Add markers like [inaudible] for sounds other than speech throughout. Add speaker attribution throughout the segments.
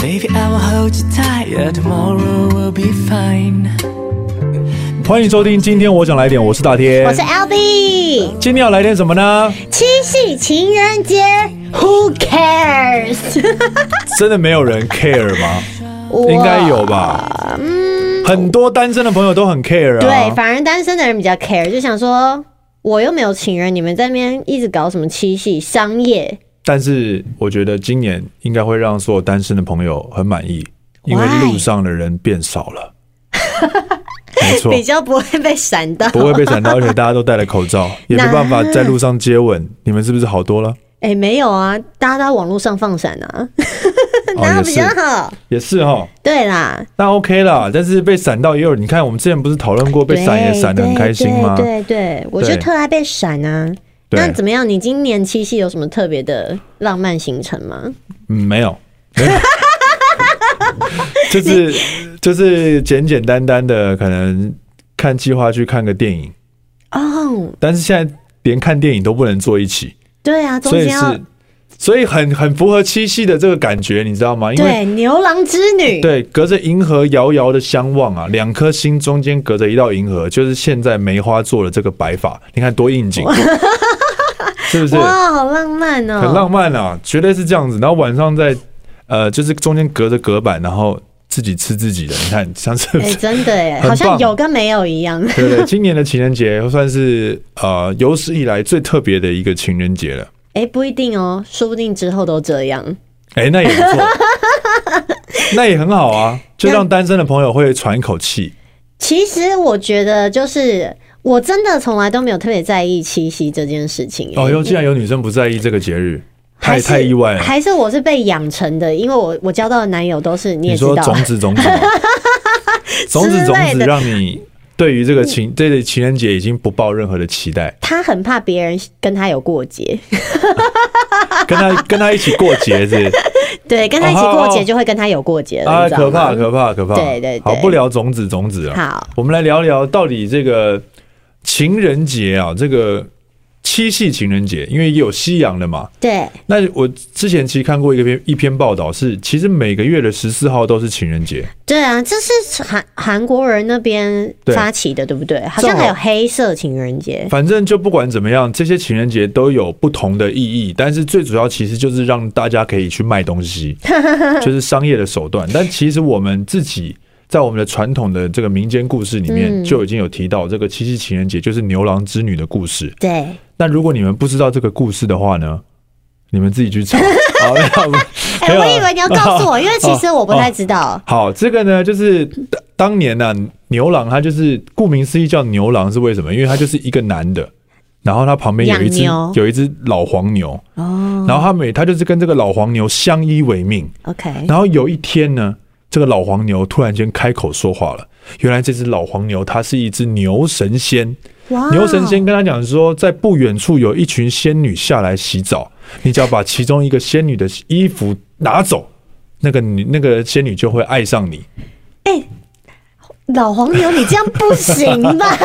Speaker 1: Maybe I will hold you tight, yeah, tomorrow will be fine.
Speaker 2: 欢迎收听，今天我想来点，我是大天，
Speaker 3: 我是 L B，
Speaker 2: 今天要来点什么呢？
Speaker 3: 七夕情人节
Speaker 2: [laughs]
Speaker 3: ，Who
Speaker 2: 啊
Speaker 3: cares？
Speaker 2: 真的没有人 care 吗？
Speaker 3: 啊
Speaker 2: 应该有吧。很多单身的朋友都很 care 啊。
Speaker 3: 嗯对，反而单身的人比较 care，就想说我又没有情人，你们在那边一直搞什么七夕商业？
Speaker 2: 但是我觉得今年应该会让所有单身的朋友很满意，因为
Speaker 3: Why？
Speaker 2: 路上的人变少了。没
Speaker 3: [laughs]
Speaker 2: 错，
Speaker 3: 比较不会被闪到。
Speaker 2: 不会被闪到，而且大家都戴了口罩，也没办法在路上接吻。你们是不是好
Speaker 3: [laughs]
Speaker 2: 多了？
Speaker 3: 哎、没有啊，大家都在网络上放闪啊， [laughs] 哪
Speaker 2: 哦，
Speaker 3: 有
Speaker 2: 也
Speaker 3: 比较
Speaker 2: 是，
Speaker 3: 好？
Speaker 2: 也是哦哈。
Speaker 3: 对啦，
Speaker 2: 那 OK 啦，但是被闪到也有，你看我们之前不是讨论过被闪也
Speaker 3: 对
Speaker 2: 闪的很
Speaker 3: 对
Speaker 2: 开心吗？
Speaker 3: 对对对，我就
Speaker 2: 对
Speaker 3: 特爱被闪啊。
Speaker 2: 对
Speaker 3: 那怎么样？你今年七夕有什么特别的浪漫行程吗？
Speaker 2: 嗯，没有， [laughs] 没有就是就是简简单单的，可能看计划去看个电影，啊
Speaker 3: 哦，
Speaker 2: 但是现在连看电影都不能坐一起，
Speaker 3: 对啊，中
Speaker 2: 所以
Speaker 3: 间要
Speaker 2: 是所以很很符合七夕的这个感觉，你知道吗？因为
Speaker 3: 对牛郎织女，
Speaker 2: 对，隔着银河遥遥的相望啊，两颗心中间隔着一道银河，就是现在梅花座的这个摆法，你看多应景，是不是？
Speaker 3: 哇，好浪漫哦，
Speaker 2: 很浪漫啊，绝对是这样子。然后晚上在呃，就是中间隔着隔板，然后自己吃自己的，你
Speaker 3: [laughs]
Speaker 2: 看像是不
Speaker 3: 哎、
Speaker 2: 是？
Speaker 3: 真的哎，
Speaker 2: 很棒
Speaker 3: 好像有跟没有一样。
Speaker 2: 对不对？今年的情人节算是呃有史以来最特别的一个情人节了。
Speaker 3: 哎、不一定哦，说不定之后都这样。
Speaker 2: 哎、那也不错，
Speaker 3: [laughs]
Speaker 2: 那也很好啊，就让单身的朋友会喘一口气。
Speaker 3: 其实我觉得，就是我真的从来都没有特别在意七夕这件事情。哎
Speaker 2: 哦哟，竟然有女生不在意这个节日，
Speaker 3: 还
Speaker 2: 太
Speaker 3: 是
Speaker 2: 太意外了。
Speaker 3: 还是我是被养成的，因为我我交到的男友都是你也
Speaker 2: 你
Speaker 3: 知
Speaker 2: 说
Speaker 3: 道
Speaker 2: 种，子种
Speaker 3: [laughs]
Speaker 2: 子吗，种子种
Speaker 3: 之类
Speaker 2: 子
Speaker 3: 的
Speaker 2: 让你对于这个情对对情人节已经不抱任何的期待，
Speaker 3: 他很怕别人跟他有过节， [laughs]
Speaker 2: 跟他跟他一起过节
Speaker 3: [laughs]
Speaker 2: 是
Speaker 3: 对，跟他一起过
Speaker 2: 哦
Speaker 3: 节就会跟他有过节了，
Speaker 2: 啊，
Speaker 3: 你知道
Speaker 2: 可怕
Speaker 3: 吗？
Speaker 2: 可怕可怕。
Speaker 3: 对对对
Speaker 2: 好，不聊种子种子了，
Speaker 3: 好，
Speaker 2: 我们来聊聊到底这个情人节啊，这个七夕情人节，因为也有西洋的嘛。
Speaker 3: 对，
Speaker 2: 那我之前其实看过一个篇一篇报道是，其实每个月的十四号都是情人节，
Speaker 3: 对啊，这是韩韩国人那边
Speaker 2: 对
Speaker 3: 发起的，对不对？好
Speaker 2: 正
Speaker 3: 像
Speaker 2: 好
Speaker 3: 还有黑色情人节，
Speaker 2: 反正就不管怎么样，这些情人节都有不同的意义，但是最主要其实就是让大家可以去卖东西，就是商业的手段。但其实我们自己在我们的传统的这个民间故事里面，
Speaker 3: 嗯
Speaker 2: 就已经有提到这个七夕情人节就是牛郎织女的故事。
Speaker 3: 对，
Speaker 2: 那如果你们不知道这个故事的话呢，你们自己去查。好，没有
Speaker 3: 哎、
Speaker 2: 没有啊
Speaker 3: 我以为你要告诉我，因为其实我不太
Speaker 2: [laughs]
Speaker 3: 知道。
Speaker 2: 好，这个呢，就是当当年呢、牛郎他就是顾名思义叫牛郎是为什么？因为他就是一个男的，然后他旁边有一只
Speaker 3: 养牛
Speaker 2: 有一只老黄牛，
Speaker 3: 哦
Speaker 2: 然后他每他就是跟这个老黄牛相依为命。
Speaker 3: ，OK，
Speaker 2: 然后有一天呢，这个老黄牛突然间开口说话了，原来这只老黄牛它是一只牛神仙，
Speaker 3: 哇
Speaker 2: 牛神仙跟他讲说，在不远处有一群仙女下来洗澡，你只要把其中一个仙女的衣服拿走，那个女那个仙女就会爱上你。
Speaker 3: 老黄牛，你这样不行
Speaker 2: [laughs]
Speaker 3: 吧？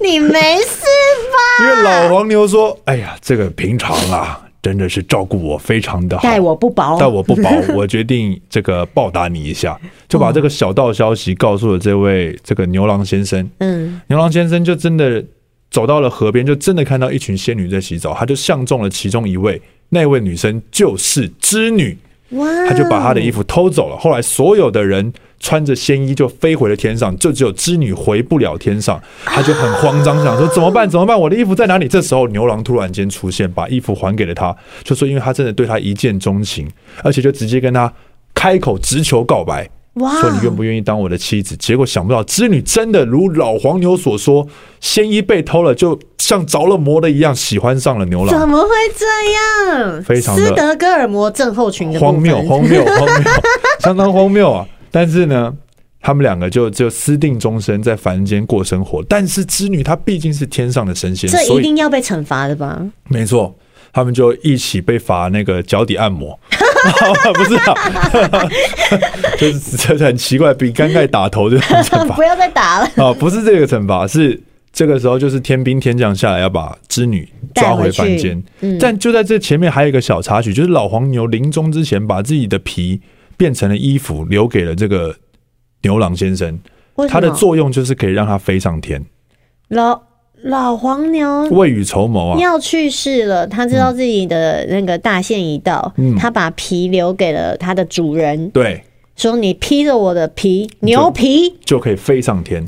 Speaker 3: 你没事吧？
Speaker 2: 因为老黄牛说：“哎呀，这个平常啊，真的是照顾我非常的好，
Speaker 3: 待我不薄，
Speaker 2: 待我不薄，我决定这个报答你一下，就把这个小道消息告诉了这位这个牛郎先生。
Speaker 3: 嗯，
Speaker 2: 牛郎先生就真的走到了河边，就真的看到一群仙女在洗澡，他就相中了其中一位，那位女生就是织女，
Speaker 3: 哇，
Speaker 2: 他就把她的衣服偷走了。后来所有的人穿着仙衣就飞回了天上，就只有织女回不了天上，他就很慌张，想说怎么办？怎么办？我的衣服在哪里？这时候牛郎突然间出现，把衣服还给了他，就说因为他真的对他一见钟情，而且就直接跟他开口直求告白。
Speaker 3: 哇
Speaker 2: 说你愿不愿意当我的妻子？结果想不到，织女真的如老黄牛所说，仙衣被偷了，就像着了魔的一样，喜欢上了牛郎。
Speaker 3: 怎么会这样？
Speaker 2: 非常的
Speaker 3: 斯德哥尔摩症候群的部分
Speaker 2: 荒谬，荒谬，
Speaker 3: [laughs]
Speaker 2: 荒谬，相当荒谬啊！但是呢，他们两个就就私定终身，在凡间过生活。但是织女她毕竟是天上的神仙，
Speaker 3: 这
Speaker 2: 所
Speaker 3: 一
Speaker 2: 以
Speaker 3: 定要被惩罚的吧？
Speaker 2: 没错，他们就一起被罚那个脚底按摩。 [laughs] 不是啊， [laughs] 就是 [laughs] 这很奇怪，比甘盖打头这 [laughs] 种惩罚
Speaker 3: [laughs] 不要再打了，
Speaker 2: 啊，不是这个惩罚，是这个时候就是天兵天将下来要把织女抓回凡
Speaker 3: 带
Speaker 2: 间
Speaker 3: 回去。嗯
Speaker 2: 但就在这前面还有一个小插曲，就是老黄牛临终之前把自己的皮变成了衣服，留给了这个牛郎先生。
Speaker 3: 为什
Speaker 2: 它
Speaker 3: 么
Speaker 2: 的作用就是可以让它飞上天，
Speaker 3: 老老黄牛
Speaker 2: 未雨绸缪啊。
Speaker 3: 要去世了，他知道自己的那个大限已到，
Speaker 2: 嗯
Speaker 3: 他把皮留给了他的主人，
Speaker 2: 对，
Speaker 3: 说你披着我的皮，牛皮，
Speaker 2: 就可以飞上天。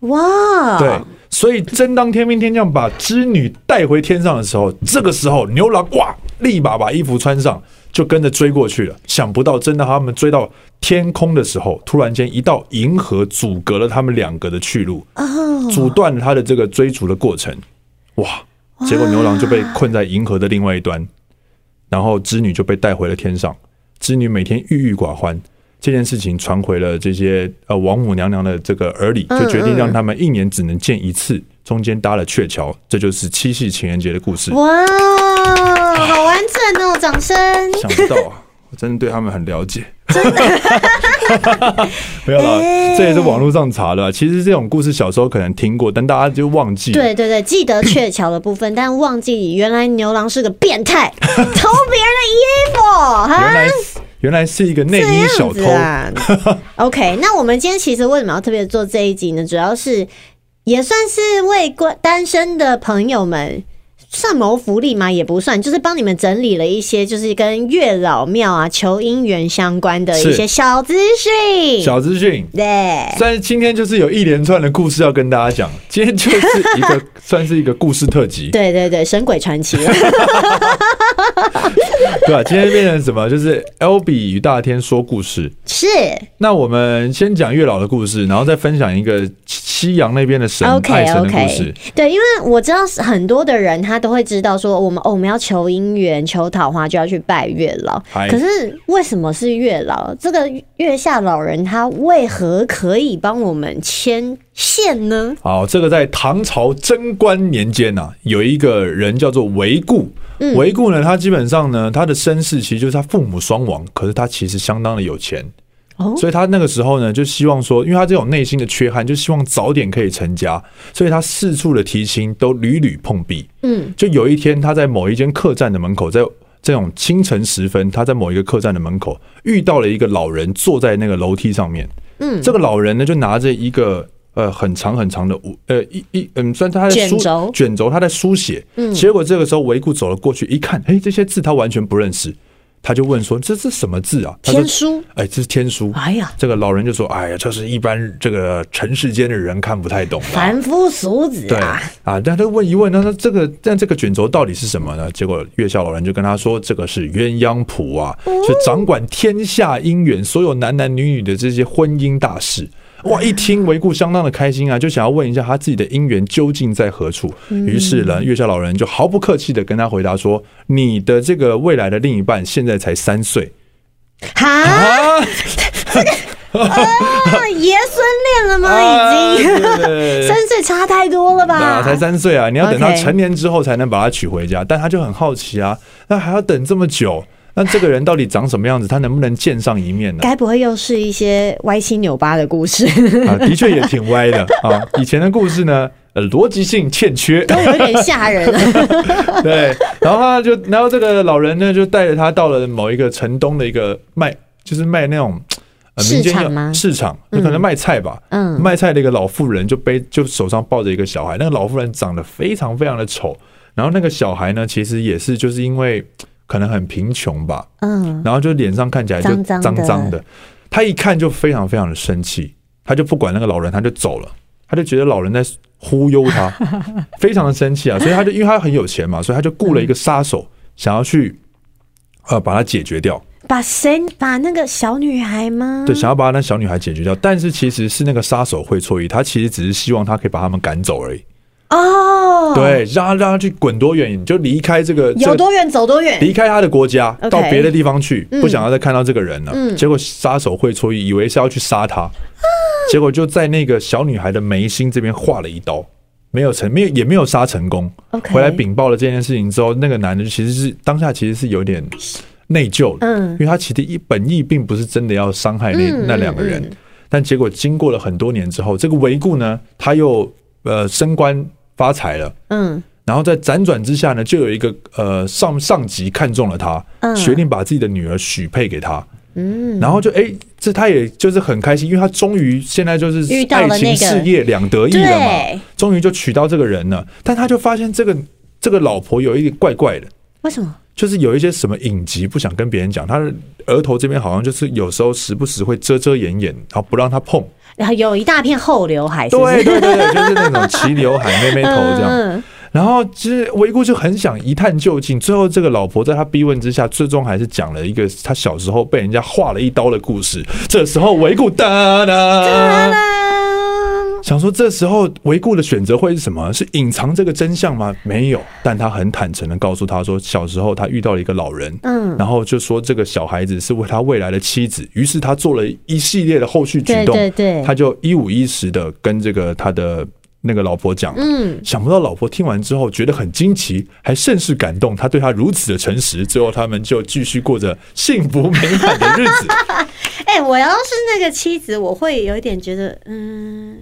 Speaker 3: 哇，
Speaker 2: 对，所以正当天兵天将把织女带回天上的时候，这个时候牛郎哇，立马把衣服穿上，就跟着追过去了。想不到，真的他们追到天空的时候，突然间一道银河阻隔了他们两个的去路，
Speaker 3: 哦，
Speaker 2: 阻断了他的这个追逐的过程。哇！结果牛郎就被困在银河的另外一端，然后织女就被带回了天上。织女每天郁郁寡欢，这件事情传回了这些呃王母娘娘的这个耳里，
Speaker 3: 嗯
Speaker 2: 就决定让他们一年只能见一次，中间搭了鹊桥，这就是七夕情人节的故事。
Speaker 3: 哇，好完整哦，掌声！
Speaker 2: 想不到啊，我真的对他们很了解。 [laughs] 没有啦，
Speaker 3: 哎
Speaker 2: 这也是网络上查的啊。其实这种故事小时候可能听过，但大家就忘记了。
Speaker 3: 对对对，记得鹊桥的部分，但忘记原来牛郎是个
Speaker 2: [laughs]
Speaker 3: 变态，偷别人的衣服，
Speaker 2: 原
Speaker 3: 哈
Speaker 2: 来，原来是一个内
Speaker 3: 这
Speaker 2: 衣小
Speaker 3: 样
Speaker 2: 偷
Speaker 3: 子，啊。OK，
Speaker 2: [laughs]
Speaker 3: 那我们今天其实为什么要特别做这一集呢？主要是也算是为关单身的朋友们。算谋福利吗？也不算，就是帮你们整理了一些，就是跟月老庙啊、求姻缘相关的一
Speaker 2: 是
Speaker 3: 些小资讯。
Speaker 2: 小资讯。
Speaker 3: 对，
Speaker 2: 但是今天就是有一连串的故事要跟大家讲，今天就是一个 [laughs] 算是一个故事特辑，
Speaker 3: 对对对，神鬼传奇
Speaker 2: [laughs] 对吧、今天变成什么？就是 L B 与大天说故事。
Speaker 3: 是
Speaker 2: 那我们先讲月老的故事，然后再分享一个西洋那边的神
Speaker 3: OK
Speaker 2: 爱神的故
Speaker 3: OK
Speaker 2: 事。。
Speaker 3: 对，因为我知道很多的人他都会知道说，我们哦我们要求姻缘、求桃花就要去拜月老。
Speaker 2: 嗨
Speaker 3: 可是为什么是月老？这个月下老人他为何可以帮我们牵线呢？
Speaker 2: 好，这个在唐朝贞观年间呐、有一个人叫做韦固。韦固呢，他基本上呢，他的身世其实就是他父母双亡，可是他其实相当的有钱。
Speaker 3: 哦
Speaker 2: 所以他那个时候呢，就希望说，因为他这种内心的缺憾，就希望早点可以成家，所以他四处的提亲都屡屡碰壁。
Speaker 3: 嗯，
Speaker 2: 就有一天，他在某一间客栈的门口，在这种清晨时分，他在某一个客栈的门口遇到了一个老人，坐在那个楼梯上面。
Speaker 3: 嗯，
Speaker 2: 这个老人呢，就拿着一个呃很长很长的五呃一一嗯，算是他在
Speaker 3: 卷
Speaker 2: 书
Speaker 3: 轴
Speaker 2: 卷轴，他在书写。嗯，结果这个时候维固走了过去，一看，哎，这些字他完全不认识，他就问说：“这是什么字啊？”他说
Speaker 3: 天书。
Speaker 2: 哎，这是天书。
Speaker 3: 哎呀，
Speaker 2: 这个老人就说：“哎呀，这是一般这个尘世间的人看不太懂啊。”
Speaker 3: 凡夫俗子
Speaker 2: 对
Speaker 3: 啊，
Speaker 2: 啊，但他问一问，他说这个但这个卷轴到底是什么呢？结果月下老人就跟他说，这个是鸳鸯谱啊，
Speaker 3: 哦
Speaker 2: 是掌管天下姻缘，所有男男女女的这些婚姻大事。哇！一听维固相当的开心啊，就想要问一下他自己的姻缘究竟在何处。
Speaker 3: 嗯
Speaker 2: 于是呢，月下老人就毫不客气的跟他回答说：“你的这个未来的另一半现在才三岁
Speaker 3: 哈，
Speaker 2: [laughs] 啊，
Speaker 3: 爷孙恋了 [laughs] 吗？
Speaker 2: 啊
Speaker 3: 已经
Speaker 2: 对对对
Speaker 3: [laughs] 三岁差太多了吧？
Speaker 2: 啊，才三岁啊！你要等到
Speaker 3: OK
Speaker 2: 成年之后才能把他娶回家，但他就很好奇啊，那还要等这么久？那这个人到底长什么样子？他能不能见上一
Speaker 3: [laughs]
Speaker 2: 面呢？
Speaker 3: 该不会又是一些歪七扭八的故事？ [laughs]
Speaker 2: 啊，的确也挺歪的啊。以前的故事呢，呃，逻辑性欠缺，
Speaker 3: 都有点吓人。
Speaker 2: [laughs]
Speaker 3: 啊
Speaker 2: 对。然后他就，然后这个老人呢，就带着他到了某一个城东的一个卖，就是卖那种。呃
Speaker 3: 市
Speaker 2: 民间
Speaker 3: 场
Speaker 2: 用
Speaker 3: 吗
Speaker 2: 市场有可能卖菜吧，
Speaker 3: 嗯
Speaker 2: 卖菜的一个老妇人就背就手上抱着一个小孩，那个老妇人长得非常非常的丑，然后那个小孩呢，其实也是就是因为可能很贫穷吧，
Speaker 3: 嗯，
Speaker 2: 然后就脸上看起来就
Speaker 3: 脏脏
Speaker 2: 脏
Speaker 3: 的
Speaker 2: 脏的，他一看就非常非常的生气，他就不管那个老人，他就走了，他就觉得老人在忽悠他，
Speaker 3: [laughs]
Speaker 2: 非常的生气啊，所以他就因为他很有钱嘛，所以他就雇了一个杀手，
Speaker 3: 嗯
Speaker 2: 想要去呃把他解决掉。
Speaker 3: 把谁把那个小女孩吗？
Speaker 2: 对，想要把那小女孩解决掉，但是其实是那个杀手会错意，他其实只是希望他可以把他们赶走而已。
Speaker 3: 哦，，
Speaker 2: 对，让他让他去滚多远，你就离开这个，
Speaker 3: 有
Speaker 2: 这个
Speaker 3: 多远走多远。
Speaker 2: 离开他的国家，
Speaker 3: OK 嗯
Speaker 2: 到别的地方去，不想要再看到这个人了。结果杀手会错意，以为是要去杀
Speaker 3: 啊
Speaker 2: 他，结果就在那个小女孩的眉心这边划了一刀。没有成，没有也没有杀成功。
Speaker 3: OK
Speaker 2: 回来禀报了这件事情之后，那个男的其实是当下其实是有点内疚的，
Speaker 3: 嗯
Speaker 2: 因为他其实一本意并不是真的要伤害那、
Speaker 3: 嗯
Speaker 2: 那两个人，但结果经过了很多年之后，这个维固呢，他又呃升官发财了，
Speaker 3: 嗯，
Speaker 2: 然后在辗转之下呢，就有一个呃上上级看中了他，
Speaker 3: 嗯
Speaker 2: 决定把自己的女儿许配给他。嗯，然后就哎、这他也就是很开心，因为他终于现在就是
Speaker 3: 遇到了
Speaker 2: 爱
Speaker 3: 那个
Speaker 2: 情事业两得意了嘛，
Speaker 3: 对，
Speaker 2: 终于就娶到这个人了。但他就发现这个这个老婆有一点怪怪的，
Speaker 3: 为什么？
Speaker 2: 就是有一些什么隐疾不想跟别人讲，他的额头这边好像就是有时候时不时会遮遮掩掩，然后不让他
Speaker 3: [laughs]
Speaker 2: 碰。
Speaker 3: 然后有一大片厚刘海，是不
Speaker 2: 对
Speaker 3: 是
Speaker 2: 对对对，就是那种齐刘海、妹妹头这样。
Speaker 3: 嗯嗯
Speaker 2: 然后其实维姑就很想一探究竟，最后这个老婆在他逼问之下，最终还是讲了一个他小时候被人家划了一刀的故事。这时候维姑哒哒。
Speaker 3: 嗯
Speaker 2: 想说，这时候维顾的选择会是什么？是隐藏这个真相吗？没有，但他很坦诚的告诉他说，小时候他遇到了一个老人，
Speaker 3: 嗯
Speaker 2: 然后就说这个小孩子是为他未来的妻子，于是他做了一系列的后续举动，
Speaker 3: 对对对
Speaker 2: 他就一五一十的跟这个他的那个老婆讲，
Speaker 3: 嗯，
Speaker 2: 想不到老婆听完之后觉得很惊奇，还甚是感动，他对他如此的诚实，最后他们就继续过着幸福美满的日子。
Speaker 3: 哎、我要是那个妻子，我会有一点觉得，嗯，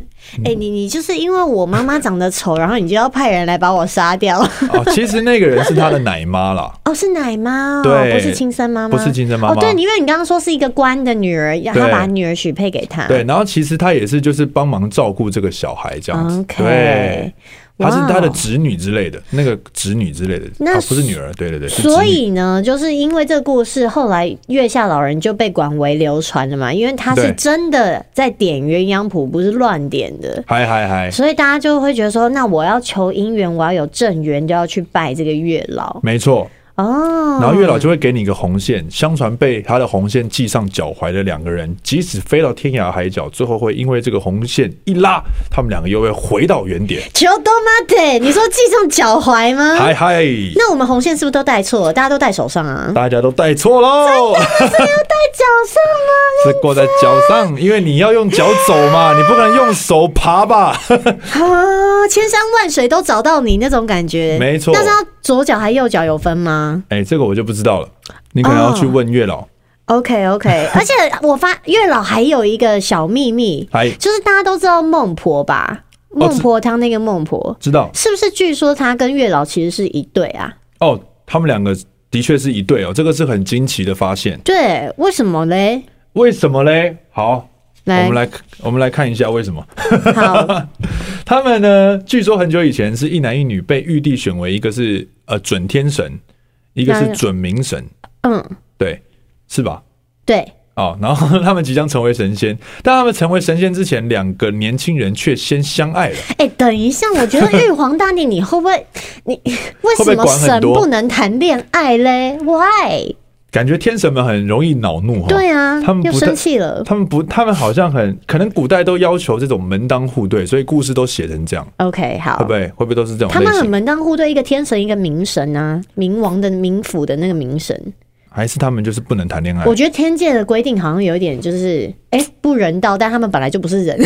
Speaker 3: 哎、你你就是因为我妈妈长得丑，然后你就要派人来把我杀掉？ [laughs]
Speaker 2: 哦，其实那个人是他的奶妈啦。
Speaker 3: 哦，是奶妈、哦，
Speaker 2: 对
Speaker 3: 不是亲生妈妈，
Speaker 2: 不是亲生妈妈
Speaker 3: 哦，对，因为你刚刚说是一个官的女儿，他把女儿许配给他。
Speaker 2: 对，然后其实他也是就是帮忙照顾这个小孩这样子
Speaker 3: OK
Speaker 2: 对，
Speaker 3: 哇
Speaker 2: 他是他的侄女之类的，那个侄女之类的，
Speaker 3: 那
Speaker 2: 啊、不是女儿，对对对，是侄女
Speaker 3: 所以呢，就是因为这个故事，后来月下老人就被广为流传了嘛，因为他是
Speaker 2: 对
Speaker 3: 真的在点鸳鸯谱，不是乱点的。
Speaker 2: 嗨嗨嗨，
Speaker 3: 所以大家就会觉得说，那我要求姻缘，我要有正缘，就要去拜这个月老
Speaker 2: 没错，
Speaker 3: 哦。
Speaker 2: 然后月老就会给你一个红线，相传被他的红线系上脚踝的两个人，即使飞到天涯海角，最后会因为这个红线一拉，他们两个又会回到原点。
Speaker 3: 求多玛得，你说系上脚踝吗？
Speaker 2: 嗨嗨，
Speaker 3: 那我们红线是不是都戴错了？大家都戴手上啊，
Speaker 2: 大家都带错喽，
Speaker 3: 戴脚上吗？
Speaker 2: 是挂在脚上，因为你要用脚走嘛，你不可能用手爬吧。
Speaker 3: 啊，千山万水都找到你那种感觉，
Speaker 2: 没错
Speaker 3: 但是他左脚还右脚有分吗
Speaker 2: 哎、这个我就不知道了，你可能要去
Speaker 3: 哦
Speaker 2: 问月老。
Speaker 3: ？OK
Speaker 2: [laughs]
Speaker 3: OK，而且我发月老还有一个小秘密，
Speaker 2: 哎、
Speaker 3: 就是大家都知道孟婆吧？
Speaker 2: 哦
Speaker 3: 孟婆汤那个孟婆，
Speaker 2: 知道
Speaker 3: 是不是？据说她跟月老其实是一对啊？
Speaker 2: 哦，他们两个的确是一对哦，这个是很惊奇的发现。
Speaker 3: 对，为什么嘞？
Speaker 2: 为什么嘞？好，我
Speaker 3: 来
Speaker 2: 们来我们来看一下为什么。 [laughs]
Speaker 3: 好，
Speaker 2: 他们呢，据说很久以前是一男一女被玉帝选为一个是呃准天神，一个
Speaker 3: 哪
Speaker 2: 是
Speaker 3: 有
Speaker 2: 准冥神，
Speaker 3: 嗯，
Speaker 2: 对，是吧？
Speaker 3: 对，
Speaker 2: 哦，然后 [laughs] 他们即将成为神仙，但他们成为神仙之前，两个年轻人却先相爱了。
Speaker 3: 哎、等一下，我觉得玉皇大帝，你会不会，
Speaker 2: [laughs]
Speaker 3: 你为
Speaker 2: 会不
Speaker 3: 什
Speaker 2: 会
Speaker 3: 么
Speaker 2: 管很
Speaker 3: 神
Speaker 2: 多
Speaker 3: 不能谈恋爱嘞？Why？
Speaker 2: 感觉天神们很容易恼怒哈，
Speaker 3: 对啊
Speaker 2: 哦他们，
Speaker 3: 又
Speaker 2: 不太
Speaker 3: 生气了。
Speaker 2: [laughs] 他们不，他们好像很可能古代都要求这种门当户对，所以故事都写成这样，
Speaker 3: OK，好
Speaker 2: 会不，会会不会都是这种
Speaker 3: 啊他
Speaker 2: 类
Speaker 3: 们很
Speaker 2: 型？
Speaker 3: 门当户对，一个天神，一个冥神啊，冥王的冥府的那个冥神。
Speaker 2: 还是他们就是不能谈恋爱
Speaker 3: 我？觉得天界的规定好像有一点就是，哎、不人道，但他们本来就不是人。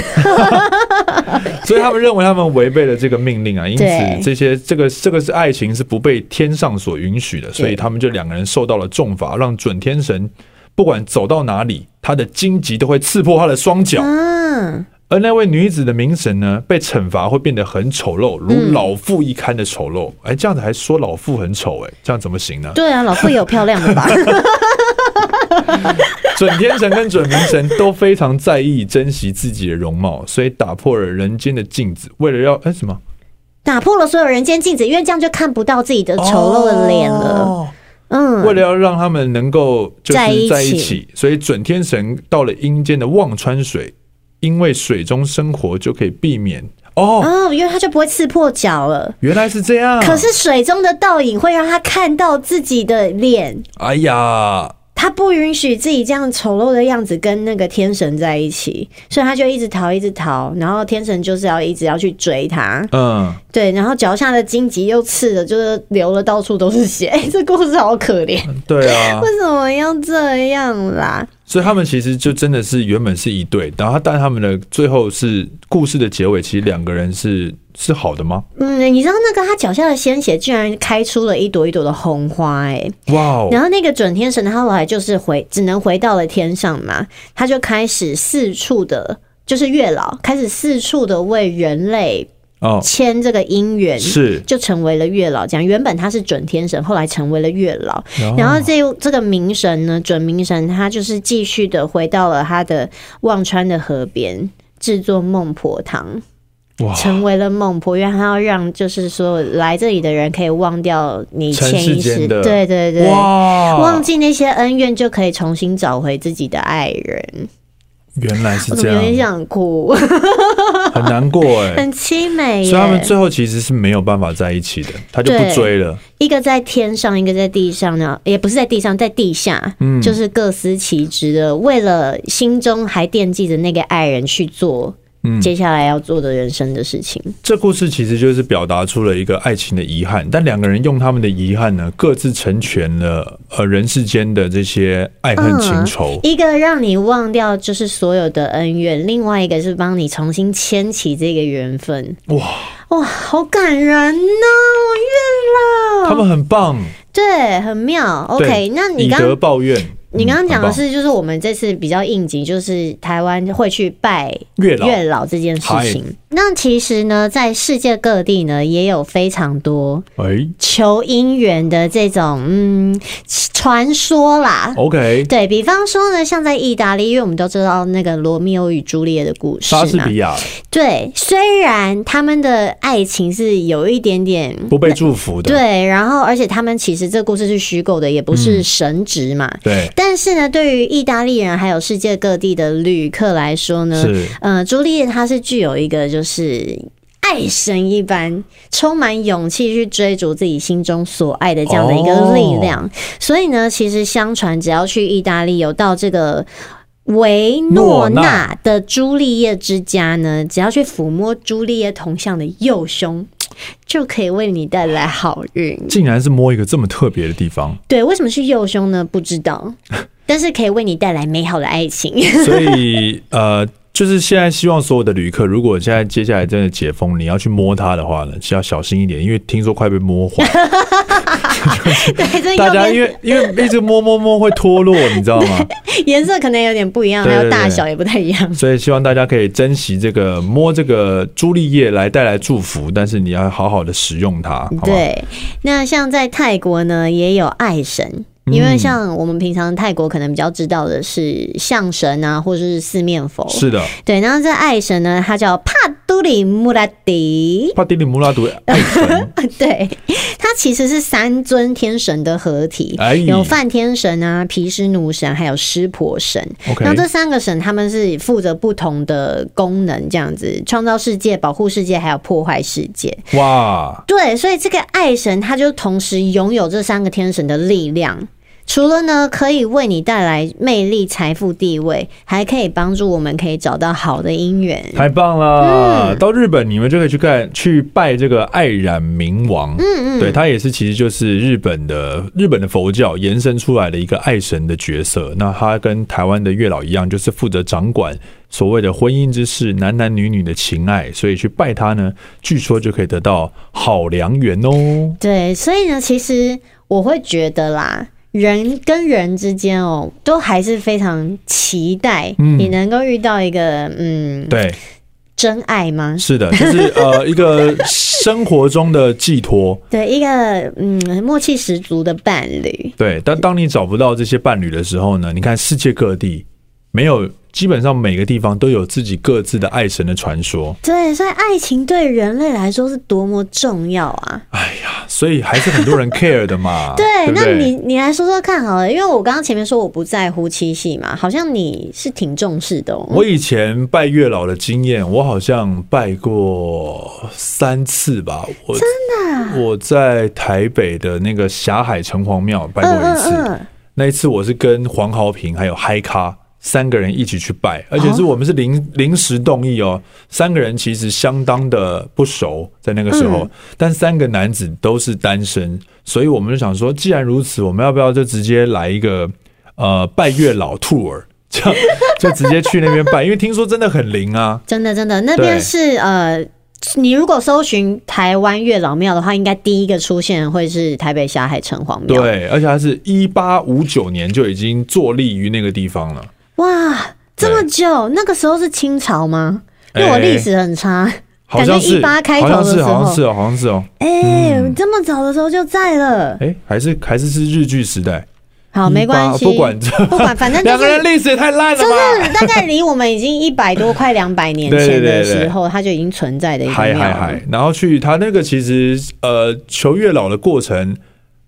Speaker 2: 所以他们认为他们违背了这个命令啊，因此
Speaker 3: 对
Speaker 2: 这些这个这个是爱情是不被天上所允许的，所以他们就两个人受到了重罚，让准天神不管走到哪里，他的荆棘都会刺破他的双脚。
Speaker 3: 嗯，
Speaker 2: 而那位女子的名神呢，被惩罚会变得很丑陋，如
Speaker 3: 嗯
Speaker 2: 老妇一堪的丑陋。哎、这样子还说老妇很丑，哎，这样怎么行呢？
Speaker 3: 对啊，老傅也有漂亮的吧？
Speaker 2: [laughs] 准天神跟准冥神都非常在意、珍惜自己的容貌，所以打破了人间的镜子，为了要哎、什么
Speaker 3: 打破了所有人间镜子，因为这样就看不到自己的丑陋的脸了。
Speaker 2: 哦
Speaker 3: 嗯，
Speaker 2: 为了要让他们能够就是
Speaker 3: 在一起
Speaker 2: 在一起，所以准天神到了阴间的忘川水，因为水中生活就可以避免哦，啊
Speaker 3: 哦，因为他就不会刺破脚了。
Speaker 2: 原来是这样。
Speaker 3: 可是水中的倒影会让他看到自己的脸，
Speaker 2: 哎呀，
Speaker 3: 他不允许自己这样丑陋的样子跟那个天神在一起，所以他就一直逃，一直逃，然后天神就是要一直要去追他，
Speaker 2: 嗯，
Speaker 3: 对，然后脚下的荆棘又刺的，就是流了到处都是血，哎、 [laughs] 这故事好可怜，
Speaker 2: 对啊，
Speaker 3: 为什么要这样啦？
Speaker 2: 所以他们其实就真的是原本是一对，然后但他们的最后是故事的结尾，其实两个人是是好的吗？
Speaker 3: 嗯，你知道那个他脚下的鲜血居然开出了一朵一朵的红花、哎。
Speaker 2: 哇哦！
Speaker 3: 然后那个准天神他后来就是回，只能回到了天上嘛，他就开始四处的，就是月老开始四处的为人类
Speaker 2: 哦，
Speaker 3: 签这个姻缘，
Speaker 2: 是
Speaker 3: 就成为了月老。这样，原本他是准天神，后来成为了月老。
Speaker 2: 哦
Speaker 3: 然后这这个冥神呢，准冥神他就是继续的回到了他的呃忘川的河边。制作孟婆汤，
Speaker 2: 哇，
Speaker 3: 成为了孟婆，因为他要让就是说来这里的人可以忘掉你
Speaker 2: 尘
Speaker 3: 前
Speaker 2: 世
Speaker 3: 一世，
Speaker 2: 间的
Speaker 3: 对对对，
Speaker 2: 哇，
Speaker 3: 忘记那些恩怨，就可以重新找回自己的爱人。
Speaker 2: 原来是
Speaker 3: 我怎
Speaker 2: 这
Speaker 3: 么有点
Speaker 2: 样，
Speaker 3: 想哭，
Speaker 2: 很难过哎。
Speaker 3: [laughs] 很凄美
Speaker 2: 所以他们
Speaker 3: 耶。
Speaker 2: 最后其实是没有办法在一起的，他就不
Speaker 3: 对
Speaker 2: 追了。
Speaker 3: 一个在天上，一个在地上呢，也不是在地上，在地下，
Speaker 2: 嗯
Speaker 3: 就是各司其职的，为了心中还惦记着那个爱人去做
Speaker 2: 嗯
Speaker 3: 接下来要做的人生的事情。
Speaker 2: 这故事其实就是表达出了一个爱情的遗憾，但两个人用他们的遗憾呢，各自成全了呃人世间的这些爱恨情仇。
Speaker 3: 一个让你忘掉就是所有的恩怨，另外一个是帮你重新牵起这个缘分。
Speaker 2: 哇，
Speaker 3: 哇，好感人哦，月老。
Speaker 2: 他们很棒。
Speaker 3: 对，很妙。
Speaker 2: 对
Speaker 3: 哦 OK，那你
Speaker 2: 以
Speaker 3: 刚
Speaker 2: 德报怨，
Speaker 3: 你刚刚
Speaker 2: 嗯
Speaker 3: 讲
Speaker 2: 很
Speaker 3: 的
Speaker 2: 棒
Speaker 3: 是，就是我们这次比较应景，就是台湾会去拜
Speaker 2: 月老
Speaker 3: 月老这件事情。那其实呢，在世界各地呢，也有非常多
Speaker 2: 哎
Speaker 3: 求姻缘的这种嗯传说啦。
Speaker 2: ，OK，
Speaker 3: 对比方说呢，像在意大利，因为我们都知道那个罗密欧与朱丽叶的故事
Speaker 2: 莎士
Speaker 3: 嘛。
Speaker 2: 比亚
Speaker 3: 对，虽然他们的爱情是有一点点
Speaker 2: 不被祝福的，
Speaker 3: 对，然后而且他们其实这故事是虚构的，也不
Speaker 2: 嗯
Speaker 3: 是神职嘛。
Speaker 2: 对
Speaker 3: 但是呢，对于意大利人还有世界各地的旅客来说呢，
Speaker 2: 是
Speaker 3: 呃，朱丽叶她是具有一个就是。爱神一般，充满勇气去追逐自己心中所爱的这样的一个力
Speaker 2: 哦
Speaker 3: 量。所以呢，其实相传只要去意大利，有到这个维诺
Speaker 2: 诺
Speaker 3: 纳
Speaker 2: 纳
Speaker 3: 的朱丽叶之家呢，只要去抚摸朱丽叶铜像的右胸，就可以为你带来好运。
Speaker 2: 竟然是摸一个这么特别的地方，
Speaker 3: 对，为什么是右胸呢？不
Speaker 2: [laughs]
Speaker 3: 知道，但是可以为你带来美好的爱情。 [laughs]
Speaker 2: 所以呃。就是现在，希望所有的旅客，如果现在接下来真的解封，你要去摸它的话呢，是要小心一点，因为听说快被摸
Speaker 3: [laughs]
Speaker 2: 坏。
Speaker 3: 对，这
Speaker 2: 大
Speaker 3: 右
Speaker 2: 家
Speaker 3: 边
Speaker 2: 因为因为一直摸摸摸会脱落，你知道吗？
Speaker 3: 颜色可能有点不一样，还
Speaker 2: 对
Speaker 3: 有
Speaker 2: 对
Speaker 3: 大
Speaker 2: 对
Speaker 3: 小也不太一样。
Speaker 2: 所以希望大家可以珍惜这个摸这个朱丽叶来带来祝福，但是你要好好的使用它，好不好？
Speaker 3: 对，那像在泰国呢，也有爱神。
Speaker 2: 嗯
Speaker 3: 因为像我们平常泰国可能比较知道的是象神啊，或者是四面佛。
Speaker 2: 是的，
Speaker 3: 对，然后这爱神呢，它叫帕都里穆拉迪。 [laughs]
Speaker 2: 帕蒂里穆拉图爱神，
Speaker 3: 对，它其实是三尊天神的合体，
Speaker 2: 哎
Speaker 3: [laughs] 有梵天神啊、毗湿奴神，还有湿婆神。
Speaker 2: OK
Speaker 3: 那这三个神他们是负责不同的功能，这样子创造世界、保护世界，还有破坏世界。
Speaker 2: 哇，
Speaker 3: 对，所以这个爱神他就同时拥有这三个天神的力量。除了呢，可以为你带来魅力、财富、地位，还可以帮助我们可以找到好的姻缘。
Speaker 2: 太棒了！到日本你们就可以去看去拜这个爱染明王，嗯嗯，对，他也是其实就是日本的日本的佛教延伸出来的一个爱神的角色。那他跟台湾的月老一样，就是负责掌管所谓的婚姻之事、男男女女的情爱，所以去拜他呢，据说就可以得到好良缘哦。
Speaker 3: 对，所以呢，其实我会觉得啦，人跟人之间哦，都还是非常期待你能够遇到一个嗯
Speaker 2: 对，
Speaker 3: 真爱吗？
Speaker 2: 是的，就是呃一个生活中的寄托。
Speaker 3: 对，一个嗯默契十足的伴侣。
Speaker 2: 对，但当你找不到这些伴侣的时候呢，你看世界各地没有，基本上每个地方都有自己各自的爱神的传说。
Speaker 3: 对，所以爱情对人类来说是多么重要啊！
Speaker 2: 哎呀，所以还是很多人 [laughs] care 的嘛。
Speaker 3: [laughs] 对，
Speaker 2: 不
Speaker 3: 那你嗯你来说说看好了，因为我刚刚前面说我不在乎七夕嘛，好像你是挺重视的哦。
Speaker 2: 我以前拜月老的经验，我好像拜过三次吧。我真
Speaker 3: 啊
Speaker 2: 的、我在台北的那个霞海城隍庙拜过一次。
Speaker 3: 嗯，
Speaker 2: 那一次我是跟黄豪平还有嗨咖三个人一起去拜，而且
Speaker 3: 啊
Speaker 2: 是我们是临临时动议哦。三个人其实相当的不熟，在那个时候，
Speaker 3: 嗯
Speaker 2: 但三个男子都是单身，所以我们就想说，既然如此，我们要不要就直接来一个呃拜月老 tour？这 [laughs] 样就直接去那边拜，因为听说真的很灵啊。
Speaker 3: 真的真的，那边
Speaker 2: 对
Speaker 3: 是呃，你如果搜寻台湾月老庙的话，应该第一个出现会是台北霞海城隍庙。，
Speaker 2: 对，而且它是一八五九年就已经坐立于那个地方了。
Speaker 3: 哇，这么久，那个时候是清朝吗？因为我历史很差，
Speaker 2: 哎好像是，
Speaker 3: 感觉18开头
Speaker 2: 好像
Speaker 3: 的时
Speaker 2: 是，
Speaker 3: 候
Speaker 2: 好像是哦，好像是哦，
Speaker 3: 哎、这么早的时候就在了。
Speaker 2: 哎，还是还是是日剧时代，
Speaker 3: 好，啊没关系，
Speaker 2: 18不管这
Speaker 3: 不管，
Speaker 2: [laughs]
Speaker 3: 反正就
Speaker 2: 两个人
Speaker 3: 是。
Speaker 2: 历史也太烂了
Speaker 3: 就
Speaker 2: 吧，
Speaker 3: 是大概离我们已经一百多快两百
Speaker 2: [laughs]
Speaker 3: 年
Speaker 2: 对对
Speaker 3: 前
Speaker 2: 对对
Speaker 3: 的时候，它就已经存在的一个
Speaker 2: 嗨
Speaker 3: 庙
Speaker 2: 嗨
Speaker 3: 了
Speaker 2: 嗨，然后去他那个其实呃求月老的过程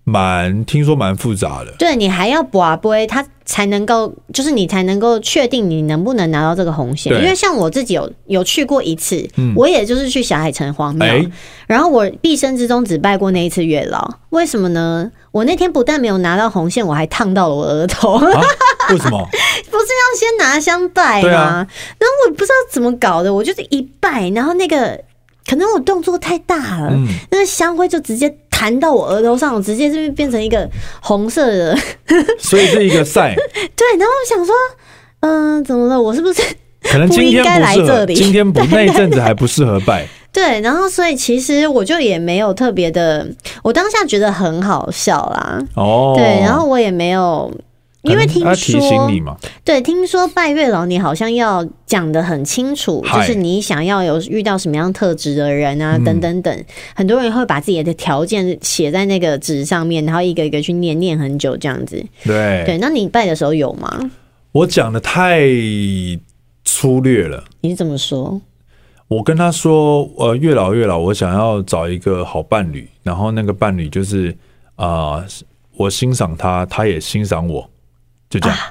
Speaker 2: 蛮听说蛮复杂的，
Speaker 3: 对你还要把杯，它才能够，就是你才能够确定你能不能拿到这个红线。
Speaker 2: 对嗯
Speaker 3: 因为像我自己有有去过一次，我也就是去小海城隍庙，
Speaker 2: 哎
Speaker 3: 然后我毕生之中只拜过那一次月老。为什么呢？我那天不但没有拿到红线，我还烫到了我额头。 [laughs]
Speaker 2: 啊，为什么？
Speaker 3: 不是要先拿香拜
Speaker 2: 对
Speaker 3: 吗
Speaker 2: 啊？
Speaker 3: 然后我不知道怎么搞的，我就是一拜，然后那个可能我动作太大了，
Speaker 2: 嗯
Speaker 3: 那个香灰就直接弹到我额头上，我直接就是变成一个红色的。 [laughs]
Speaker 2: 所以是一个赛，
Speaker 3: 对，然后我想说，嗯、怎么了？我是不是
Speaker 2: 可能今天
Speaker 3: 不应该来
Speaker 2: 不适
Speaker 3: 这
Speaker 2: 合，
Speaker 3: 里
Speaker 2: 今天不那一阵子还不适合拜，
Speaker 3: 对？然后所以其实我就也没有特别的，我当下觉得很好笑啦。
Speaker 2: 哦，
Speaker 3: [laughs] 对，然后我也没有。因为
Speaker 2: 可能
Speaker 3: 听
Speaker 2: 他
Speaker 3: 说
Speaker 2: 提醒你嘛，
Speaker 3: 对，听说拜月老，你好像要讲的很清楚，就
Speaker 2: 嗨
Speaker 3: 是你想要有遇到什么样特质的人啊，
Speaker 2: 嗯
Speaker 3: 等等等。很多人会把自己的条件写在那个纸上面，然后一个一个去念，念很久这样子。
Speaker 2: 哎
Speaker 3: 对，那你拜的时候有吗？
Speaker 2: 我讲的太粗略了。
Speaker 3: 你是怎么说？
Speaker 2: 我跟他说，呃，月老月老，我想要找一个好伴侣，然后那个伴侣就是啊、呃我欣赏他，他也欣赏我，就这样，
Speaker 3: 啊